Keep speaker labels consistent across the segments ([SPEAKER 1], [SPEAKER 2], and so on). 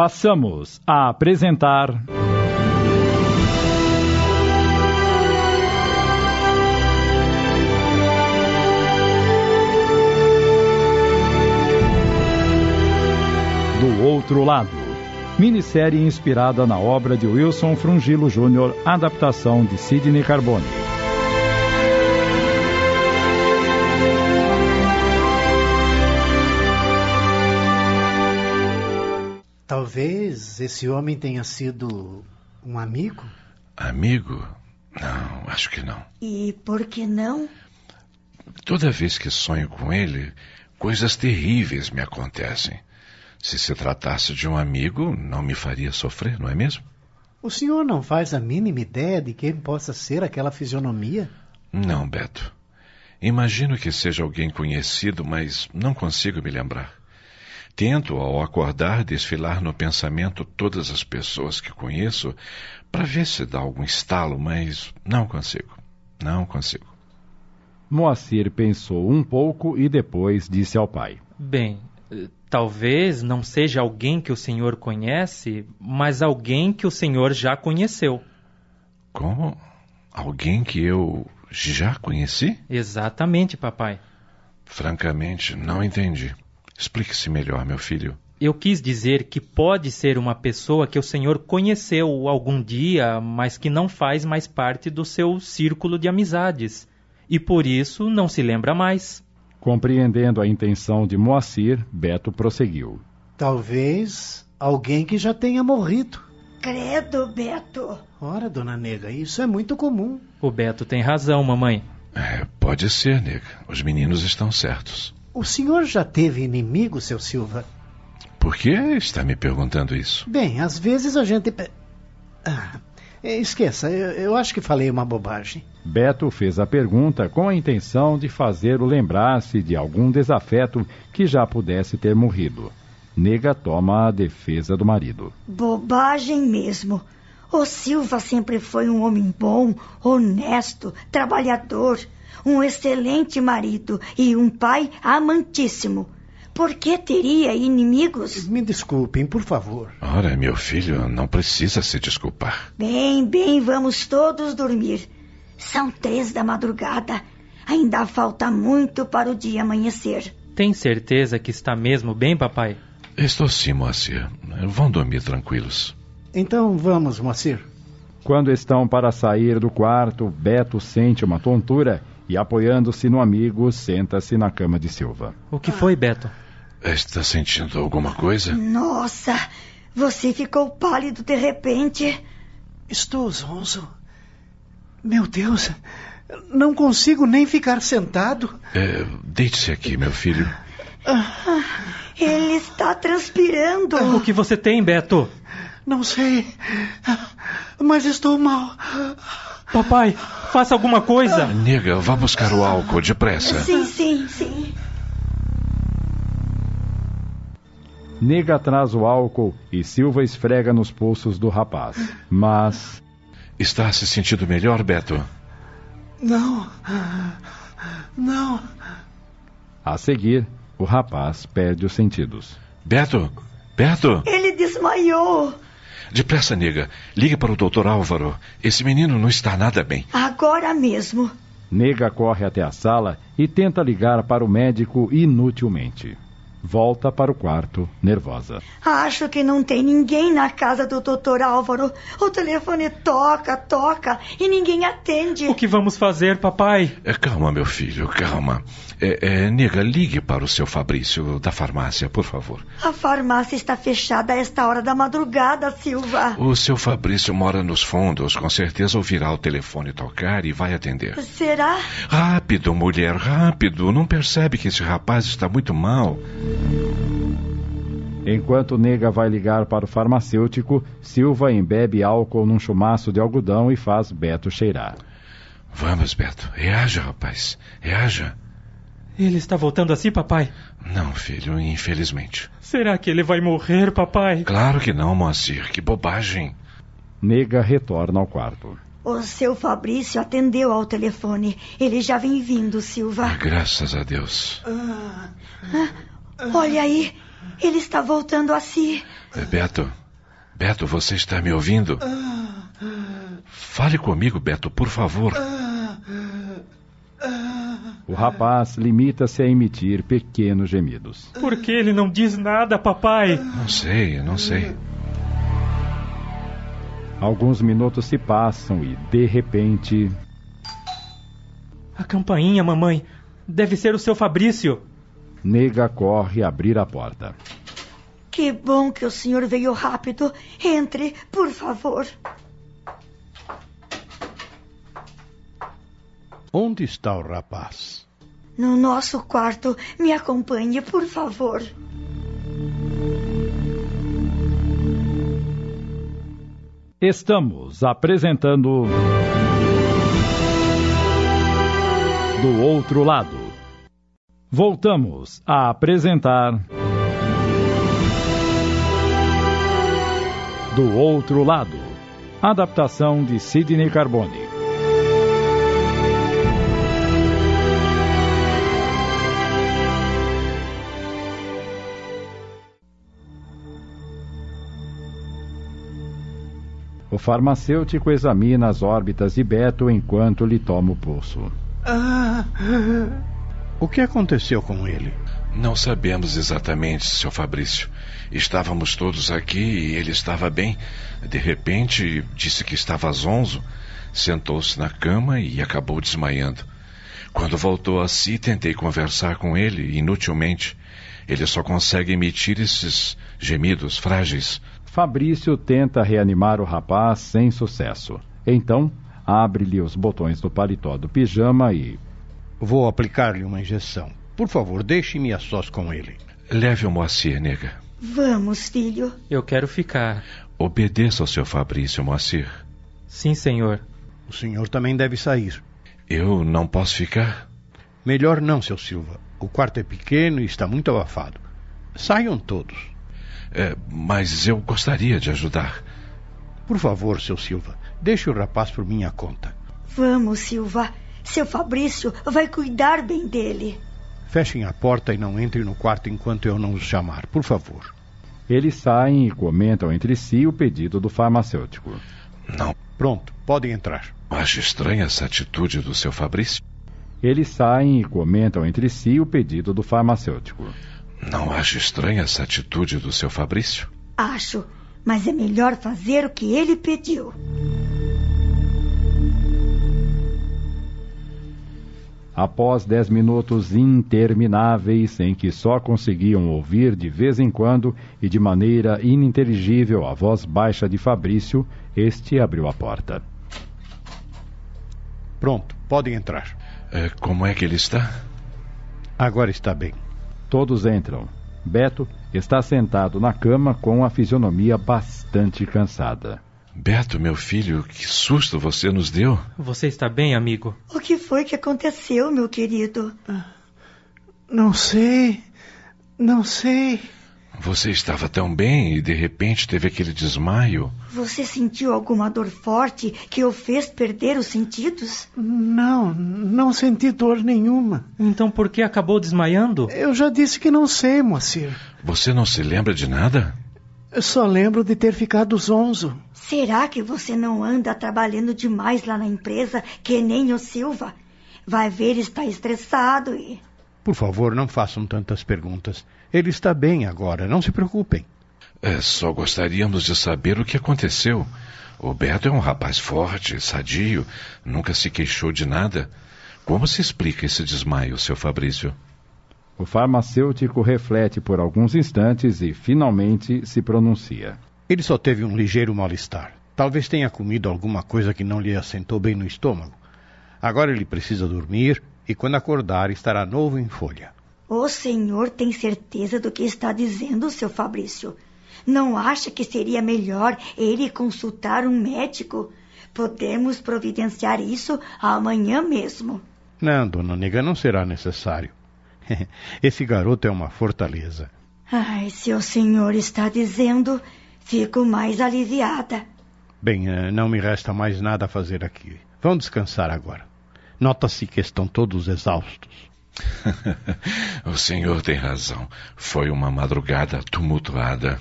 [SPEAKER 1] passamos a apresentar. Do Outro Lado. Minissérie inspirada na obra de Wilson Frungilo Jr., adaptação de Sidney Carbone.
[SPEAKER 2] Talvez esse homem tenha sido um amigo?
[SPEAKER 3] Amigo? Não, acho que não.
[SPEAKER 4] E por que não?
[SPEAKER 3] Toda vez que sonho com ele, coisas terríveis me acontecem. Se se tratasse de um amigo, não me faria sofrer, não é mesmo?
[SPEAKER 2] O senhor não faz a mínima ideia de quem possa ser aquela fisionomia?
[SPEAKER 3] Não, Beto. Imagino que seja alguém conhecido, mas não consigo me lembrar. Tento, ao acordar, desfilar no pensamento todas as pessoas que conheço para ver se dá algum estalo, mas não consigo. Não consigo.
[SPEAKER 1] Moacir pensou um pouco e depois disse ao pai:
[SPEAKER 5] Bem, talvez não seja alguém que o senhor conhece, mas alguém que o senhor já conheceu.
[SPEAKER 3] Como? Alguém que eu já conheci?
[SPEAKER 5] Exatamente, papai.
[SPEAKER 3] Francamente, não entendi. Explique-se melhor, meu filho.
[SPEAKER 5] Eu quis dizer que pode ser uma pessoa que o senhor conheceu algum dia, mas que não faz mais parte do seu círculo de amizades e por isso não se lembra mais.
[SPEAKER 1] Compreendendo a intenção de Moacir, Beto prosseguiu:
[SPEAKER 2] Talvez alguém que já tenha morrido.
[SPEAKER 4] Credo, Beto.
[SPEAKER 2] Ora, dona Nega, isso é muito comum.
[SPEAKER 5] O Beto tem razão, mamãe.
[SPEAKER 3] É, pode ser, nega. Os meninos estão certos.
[SPEAKER 2] O senhor já teve inimigo, seu Silva?
[SPEAKER 3] Por que está me perguntando isso?
[SPEAKER 2] Bem, às vezes a gente. pe- Ah, esqueça, eu, eu acho que falei uma bobagem.
[SPEAKER 1] Beto fez a pergunta com a intenção de fazê-lo lembrar-se de algum desafeto que já pudesse ter morrido. Nega toma a defesa do marido.
[SPEAKER 4] Bobagem mesmo. O Silva sempre foi um homem bom, honesto, trabalhador, um excelente marido e um pai amantíssimo. Por que teria inimigos?
[SPEAKER 2] Me desculpem, por favor.
[SPEAKER 3] Ora, meu filho, não precisa se desculpar.
[SPEAKER 4] Bem, bem, vamos todos dormir. São três da madrugada. Ainda falta muito para o dia amanhecer.
[SPEAKER 5] Tem certeza que está mesmo bem, papai?
[SPEAKER 3] Estou sim, Moacir. Vão dormir tranquilos.
[SPEAKER 2] Então vamos, Moacir.
[SPEAKER 1] Quando estão para sair do quarto, Beto sente uma tontura e, apoiando-se no amigo, senta-se na cama de Silva.
[SPEAKER 5] O que foi, Beto?
[SPEAKER 3] Está sentindo alguma coisa?
[SPEAKER 4] Nossa, você ficou pálido de repente.
[SPEAKER 2] Estou zonzo. Meu Deus, não consigo nem ficar sentado.
[SPEAKER 3] É, Deite-se aqui, meu filho.
[SPEAKER 4] Ele está transpirando.
[SPEAKER 5] O que você tem, Beto?
[SPEAKER 2] Não sei, mas estou mal.
[SPEAKER 5] Papai, faça alguma coisa!
[SPEAKER 3] Nega, vá buscar o álcool depressa.
[SPEAKER 4] Sim, sim, sim.
[SPEAKER 1] Nega traz o álcool e Silva esfrega nos pulsos do rapaz. Mas
[SPEAKER 3] Está se sentindo melhor, Beto?
[SPEAKER 2] Não, não.
[SPEAKER 1] A seguir, o rapaz perde os sentidos.
[SPEAKER 3] Beto? Beto?
[SPEAKER 4] Ele desmaiou.
[SPEAKER 3] Depressa, nega. Ligue para o doutor Álvaro. Esse menino não está nada bem.
[SPEAKER 4] Agora mesmo.
[SPEAKER 1] Nega corre até a sala e tenta ligar para o médico inutilmente. Volta para o quarto, nervosa.
[SPEAKER 4] Acho que não tem ninguém na casa do doutor Álvaro. O telefone toca, toca e ninguém atende.
[SPEAKER 5] O que vamos fazer, papai?
[SPEAKER 3] É, calma, meu filho, calma. É, é, nega, ligue para o seu Fabrício da farmácia, por favor.
[SPEAKER 4] A farmácia está fechada a esta hora da madrugada, Silva.
[SPEAKER 3] O seu Fabrício mora nos fundos. Com certeza ouvirá o telefone tocar e vai atender.
[SPEAKER 4] Será?
[SPEAKER 3] Rápido, mulher, rápido. Não percebe que esse rapaz está muito mal?
[SPEAKER 1] Enquanto Nega vai ligar para o farmacêutico, Silva embebe álcool num chumaço de algodão e faz Beto cheirar.
[SPEAKER 3] Vamos, Beto. Reaja, rapaz. Reaja.
[SPEAKER 5] Ele está voltando assim, papai?
[SPEAKER 3] Não, filho, infelizmente.
[SPEAKER 5] Será que ele vai morrer, papai?
[SPEAKER 3] Claro que não, Moacir. Que bobagem.
[SPEAKER 1] Nega retorna ao quarto.
[SPEAKER 4] O seu Fabrício atendeu ao telefone. Ele já vem vindo, Silva.
[SPEAKER 3] Graças a Deus.
[SPEAKER 4] Olha aí. Ele está voltando a si.
[SPEAKER 3] É, Beto, Beto, você está me ouvindo? Fale comigo, Beto, por favor.
[SPEAKER 1] O rapaz limita-se a emitir pequenos gemidos.
[SPEAKER 5] Por que ele não diz nada, papai?
[SPEAKER 3] Não sei, não sei.
[SPEAKER 1] Alguns minutos se passam e, de repente.
[SPEAKER 5] A campainha, mamãe. Deve ser o seu Fabrício.
[SPEAKER 1] Nega corre abrir a porta.
[SPEAKER 4] Que bom que o senhor veio rápido. Entre, por favor.
[SPEAKER 2] Onde está o rapaz?
[SPEAKER 4] No nosso quarto, me acompanhe, por favor.
[SPEAKER 1] Estamos apresentando. Do outro lado. Voltamos a apresentar. Do outro lado. Adaptação de Sidney Carbone. O farmacêutico examina as órbitas de Beto enquanto lhe toma o pulso.
[SPEAKER 2] Ah, o que aconteceu com ele?
[SPEAKER 3] Não sabemos exatamente, seu Fabrício. Estávamos todos aqui e ele estava bem. De repente, disse que estava zonzo, sentou-se na cama e acabou desmaiando. Quando voltou a si, tentei conversar com ele, inutilmente. Ele só consegue emitir esses gemidos frágeis.
[SPEAKER 1] Fabrício tenta reanimar o rapaz sem sucesso. Então, abre-lhe os botões do paletó do pijama e.
[SPEAKER 2] Vou aplicar-lhe uma injeção. Por favor, deixe-me a sós com ele.
[SPEAKER 3] Leve o Moacir, nega.
[SPEAKER 4] Vamos, filho.
[SPEAKER 5] Eu quero ficar.
[SPEAKER 3] Obedeça ao seu Fabrício, Moacir.
[SPEAKER 5] Sim, senhor.
[SPEAKER 2] O senhor também deve sair.
[SPEAKER 3] Eu não posso ficar?
[SPEAKER 2] Melhor não, seu Silva. O quarto é pequeno e está muito abafado. Saiam todos.
[SPEAKER 3] É, mas eu gostaria de ajudar.
[SPEAKER 2] Por favor, seu Silva, deixe o rapaz por minha conta.
[SPEAKER 4] Vamos, Silva. Seu Fabrício vai cuidar bem dele.
[SPEAKER 2] Fechem a porta e não entrem no quarto enquanto eu não os chamar, por favor.
[SPEAKER 1] Eles saem e comentam entre si o pedido do farmacêutico.
[SPEAKER 3] Não
[SPEAKER 2] Pronto, podem entrar.
[SPEAKER 3] acho estranha essa atitude do seu Fabrício.
[SPEAKER 1] Eles saem e comentam entre si o pedido do farmacêutico.
[SPEAKER 3] Não acho estranha essa atitude do seu Fabrício?
[SPEAKER 4] Acho, mas é melhor fazer o que ele pediu.
[SPEAKER 1] Após dez minutos intermináveis em que só conseguiam ouvir de vez em quando e de maneira ininteligível a voz baixa de Fabrício, este abriu a porta.
[SPEAKER 2] Pronto, podem entrar.
[SPEAKER 3] É, como é que ele está?
[SPEAKER 2] Agora está bem.
[SPEAKER 1] Todos entram. Beto está sentado na cama com a fisionomia bastante cansada.
[SPEAKER 3] Beto, meu filho, que susto você nos deu.
[SPEAKER 5] Você está bem, amigo?
[SPEAKER 4] O que foi que aconteceu, meu querido?
[SPEAKER 2] Não sei. Não sei.
[SPEAKER 3] Você estava tão bem e de repente teve aquele desmaio.
[SPEAKER 4] Você sentiu alguma dor forte que o fez perder os sentidos?
[SPEAKER 2] Não, não senti dor nenhuma.
[SPEAKER 5] Então por que acabou desmaiando?
[SPEAKER 2] Eu já disse que não sei, Moacir.
[SPEAKER 3] Você não se lembra de nada?
[SPEAKER 2] Eu só lembro de ter ficado zonzo.
[SPEAKER 4] Será que você não anda trabalhando demais lá na empresa, que nem o Silva? Vai ver, está estressado e.
[SPEAKER 2] Por favor, não façam tantas perguntas. Ele está bem agora, não se preocupem.
[SPEAKER 3] É, só gostaríamos de saber o que aconteceu. O Beto é um rapaz forte, sadio, nunca se queixou de nada. Como se explica esse desmaio, seu Fabrício?
[SPEAKER 1] O farmacêutico reflete por alguns instantes e finalmente se pronuncia.
[SPEAKER 2] Ele só teve um ligeiro mal-estar. Talvez tenha comido alguma coisa que não lhe assentou bem no estômago. Agora ele precisa dormir e, quando acordar, estará novo em folha.
[SPEAKER 4] O senhor tem certeza do que está dizendo, seu Fabrício? Não acha que seria melhor ele consultar um médico? Podemos providenciar isso amanhã mesmo.
[SPEAKER 2] Não, dona Nega, não será necessário. Esse garoto é uma fortaleza.
[SPEAKER 4] Ai, se o senhor está dizendo, fico mais aliviada.
[SPEAKER 2] Bem, eh, não me resta mais nada a fazer aqui. Vão descansar agora. Nota-se que estão todos exaustos.
[SPEAKER 3] o senhor tem razão. Foi uma madrugada tumultuada.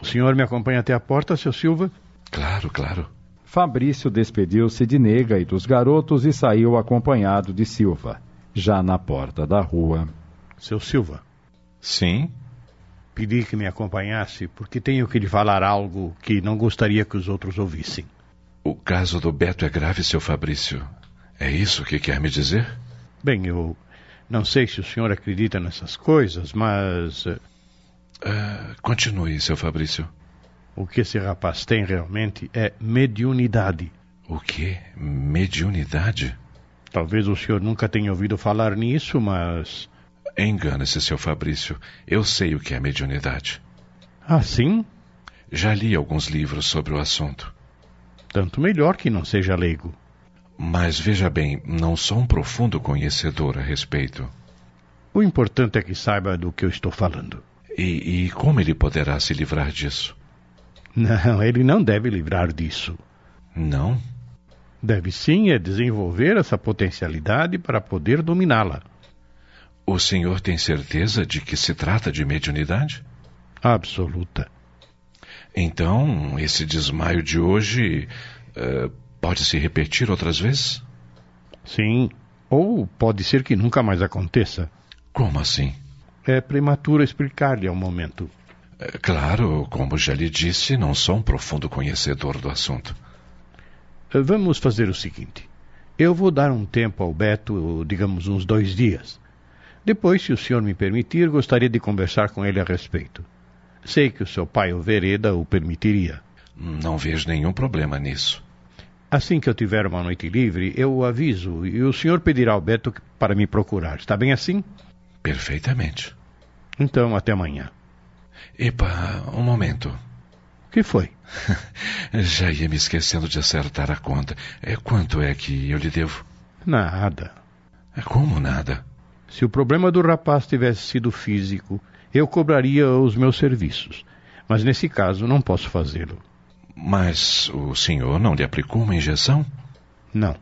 [SPEAKER 2] O senhor me acompanha até a porta, seu Silva?
[SPEAKER 3] Claro, claro.
[SPEAKER 1] Fabrício despediu-se de Nega e dos garotos e saiu acompanhado de Silva, já na porta da rua.
[SPEAKER 2] Seu Silva,
[SPEAKER 3] Sim?
[SPEAKER 2] pedi que me acompanhasse porque tenho que lhe falar algo que não gostaria que os outros ouvissem.
[SPEAKER 3] O caso do Beto é grave, seu Fabrício. É isso que quer me dizer?
[SPEAKER 2] Bem, eu não sei se o senhor acredita nessas coisas, mas eh,
[SPEAKER 3] Ah, continue, seu Fabrício.
[SPEAKER 2] o que esse rapaz tem realmente é mediunidade.
[SPEAKER 3] O que? Mediunidade?
[SPEAKER 2] Talvez o senhor nunca tenha ouvido falar nisso, mas.
[SPEAKER 3] Engana-se, seu Fabrício. Eu sei o que é mediunidade.
[SPEAKER 2] Ah, sim?
[SPEAKER 3] Já li alguns livros sobre o assunto.
[SPEAKER 2] Tanto melhor que não seja leigo.
[SPEAKER 3] Mas veja bem, não sou um profundo conhecedor a respeito.
[SPEAKER 2] O importante é que saiba do que eu estou falando.
[SPEAKER 3] E, e como ele poderá se livrar disso?
[SPEAKER 2] Não, ele não deve livrar disso.
[SPEAKER 3] Não?
[SPEAKER 2] Deve sim é desenvolver essa potencialidade para poder dominá-la.
[SPEAKER 3] O senhor tem certeza de que se trata de mediunidade?
[SPEAKER 2] Absoluta.
[SPEAKER 3] Então, esse desmaio de hoje eh, pode se repetir outras vezes?
[SPEAKER 2] Sim. Ou pode ser que nunca mais aconteça.
[SPEAKER 3] Como assim?
[SPEAKER 2] É prematuro explicar-lhe ao momento.
[SPEAKER 3] Eh, Claro, como já lhe disse, não sou um profundo conhecedor do assunto.
[SPEAKER 2] Vamos fazer o seguinte. Eu vou dar um tempo ao Beto, digamos uns dois dias. Depois, se o senhor me permitir, gostaria de conversar com ele a respeito. Sei que o seu pai, o Vereda, o permitiria.
[SPEAKER 3] Não vejo nenhum problema nisso.
[SPEAKER 2] Assim que eu tiver uma noite livre, eu o aviso e o senhor pedirá ao Beto que- para me procurar. Está bem assim?
[SPEAKER 3] Perfeitamente.
[SPEAKER 2] Então, até amanhã.
[SPEAKER 3] Epa, um momento.
[SPEAKER 2] O que foi?
[SPEAKER 3] Já ia me esquecendo de acertar a conta. É quanto é que eu lhe devo?
[SPEAKER 2] Nada.
[SPEAKER 3] É Como nada?
[SPEAKER 2] Se o problema do rapaz tivesse sido físico, eu cobraria os meus serviços. Mas nesse caso, não posso fazê-lo.
[SPEAKER 3] Mas o senhor não lhe aplicou uma injeção?
[SPEAKER 2] Não.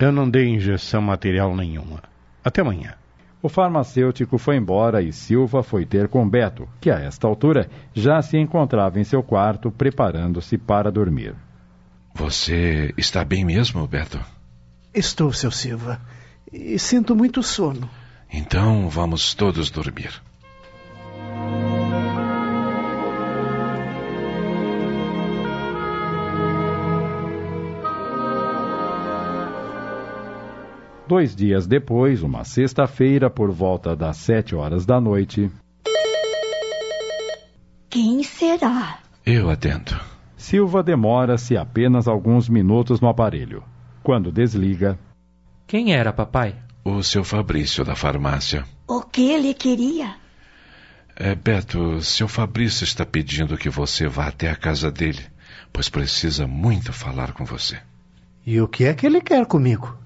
[SPEAKER 2] Eu não dei injeção material nenhuma. Até amanhã.
[SPEAKER 1] O farmacêutico foi embora e Silva foi ter com Beto, que a esta altura já se encontrava em seu quarto preparando-se para dormir.
[SPEAKER 3] Você está bem mesmo, Beto?
[SPEAKER 6] Estou, seu Silva. E sinto muito sono.
[SPEAKER 3] Então vamos todos dormir.
[SPEAKER 1] Dois dias depois, uma sexta-feira, por volta das sete horas da noite,
[SPEAKER 4] Quem será?
[SPEAKER 3] Eu atendo.
[SPEAKER 1] Silva demora-se apenas alguns minutos no aparelho. Quando desliga,
[SPEAKER 5] Quem era, papai?
[SPEAKER 3] O seu Fabrício da farmácia.
[SPEAKER 4] O que ele queria?
[SPEAKER 3] É, Beto, seu Fabrício está pedindo que você vá até a casa dele, pois precisa muito falar com você.
[SPEAKER 6] E o que é que ele quer comigo?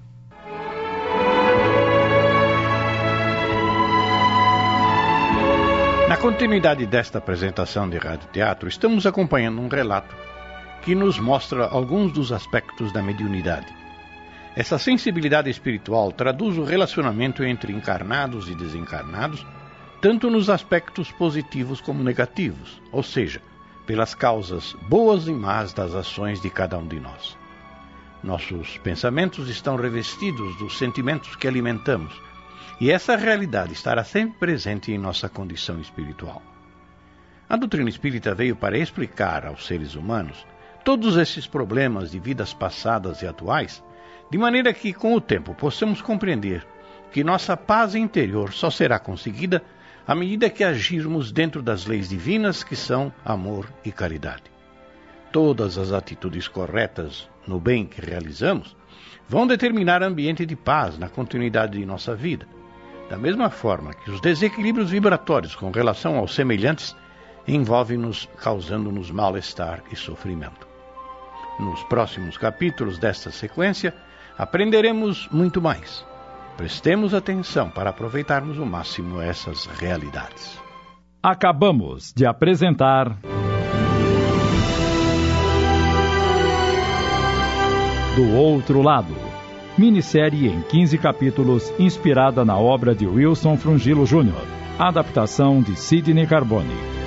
[SPEAKER 2] Na continuidade desta apresentação de rádio teatro, estamos acompanhando um relato que nos mostra alguns dos aspectos da mediunidade. Essa sensibilidade espiritual traduz o relacionamento entre encarnados e desencarnados, tanto nos aspectos positivos como negativos, ou seja, pelas causas boas e más das ações de cada um de nós. Nossos pensamentos estão revestidos dos sentimentos que alimentamos, e essa realidade estará sempre presente em nossa condição espiritual. A doutrina espírita veio para explicar aos seres humanos todos esses problemas de vidas passadas e atuais, de maneira que, com o tempo, possamos compreender que nossa paz interior só será conseguida à medida que agirmos dentro das leis divinas que são amor e caridade. Todas as atitudes corretas no bem que realizamos vão determinar ambiente de paz na continuidade de nossa vida. Da mesma forma que os desequilíbrios vibratórios com relação aos semelhantes envolvem-nos, causando-nos mal-estar e sofrimento. Nos próximos capítulos desta sequência, aprenderemos muito mais. Prestemos atenção para aproveitarmos o máximo essas realidades.
[SPEAKER 1] acabamos de apresentar. Do Outro Lado minissérie em 15 capítulos inspirada na obra de Wilson Frungilo Jr., adaptação de Sidney Carbone.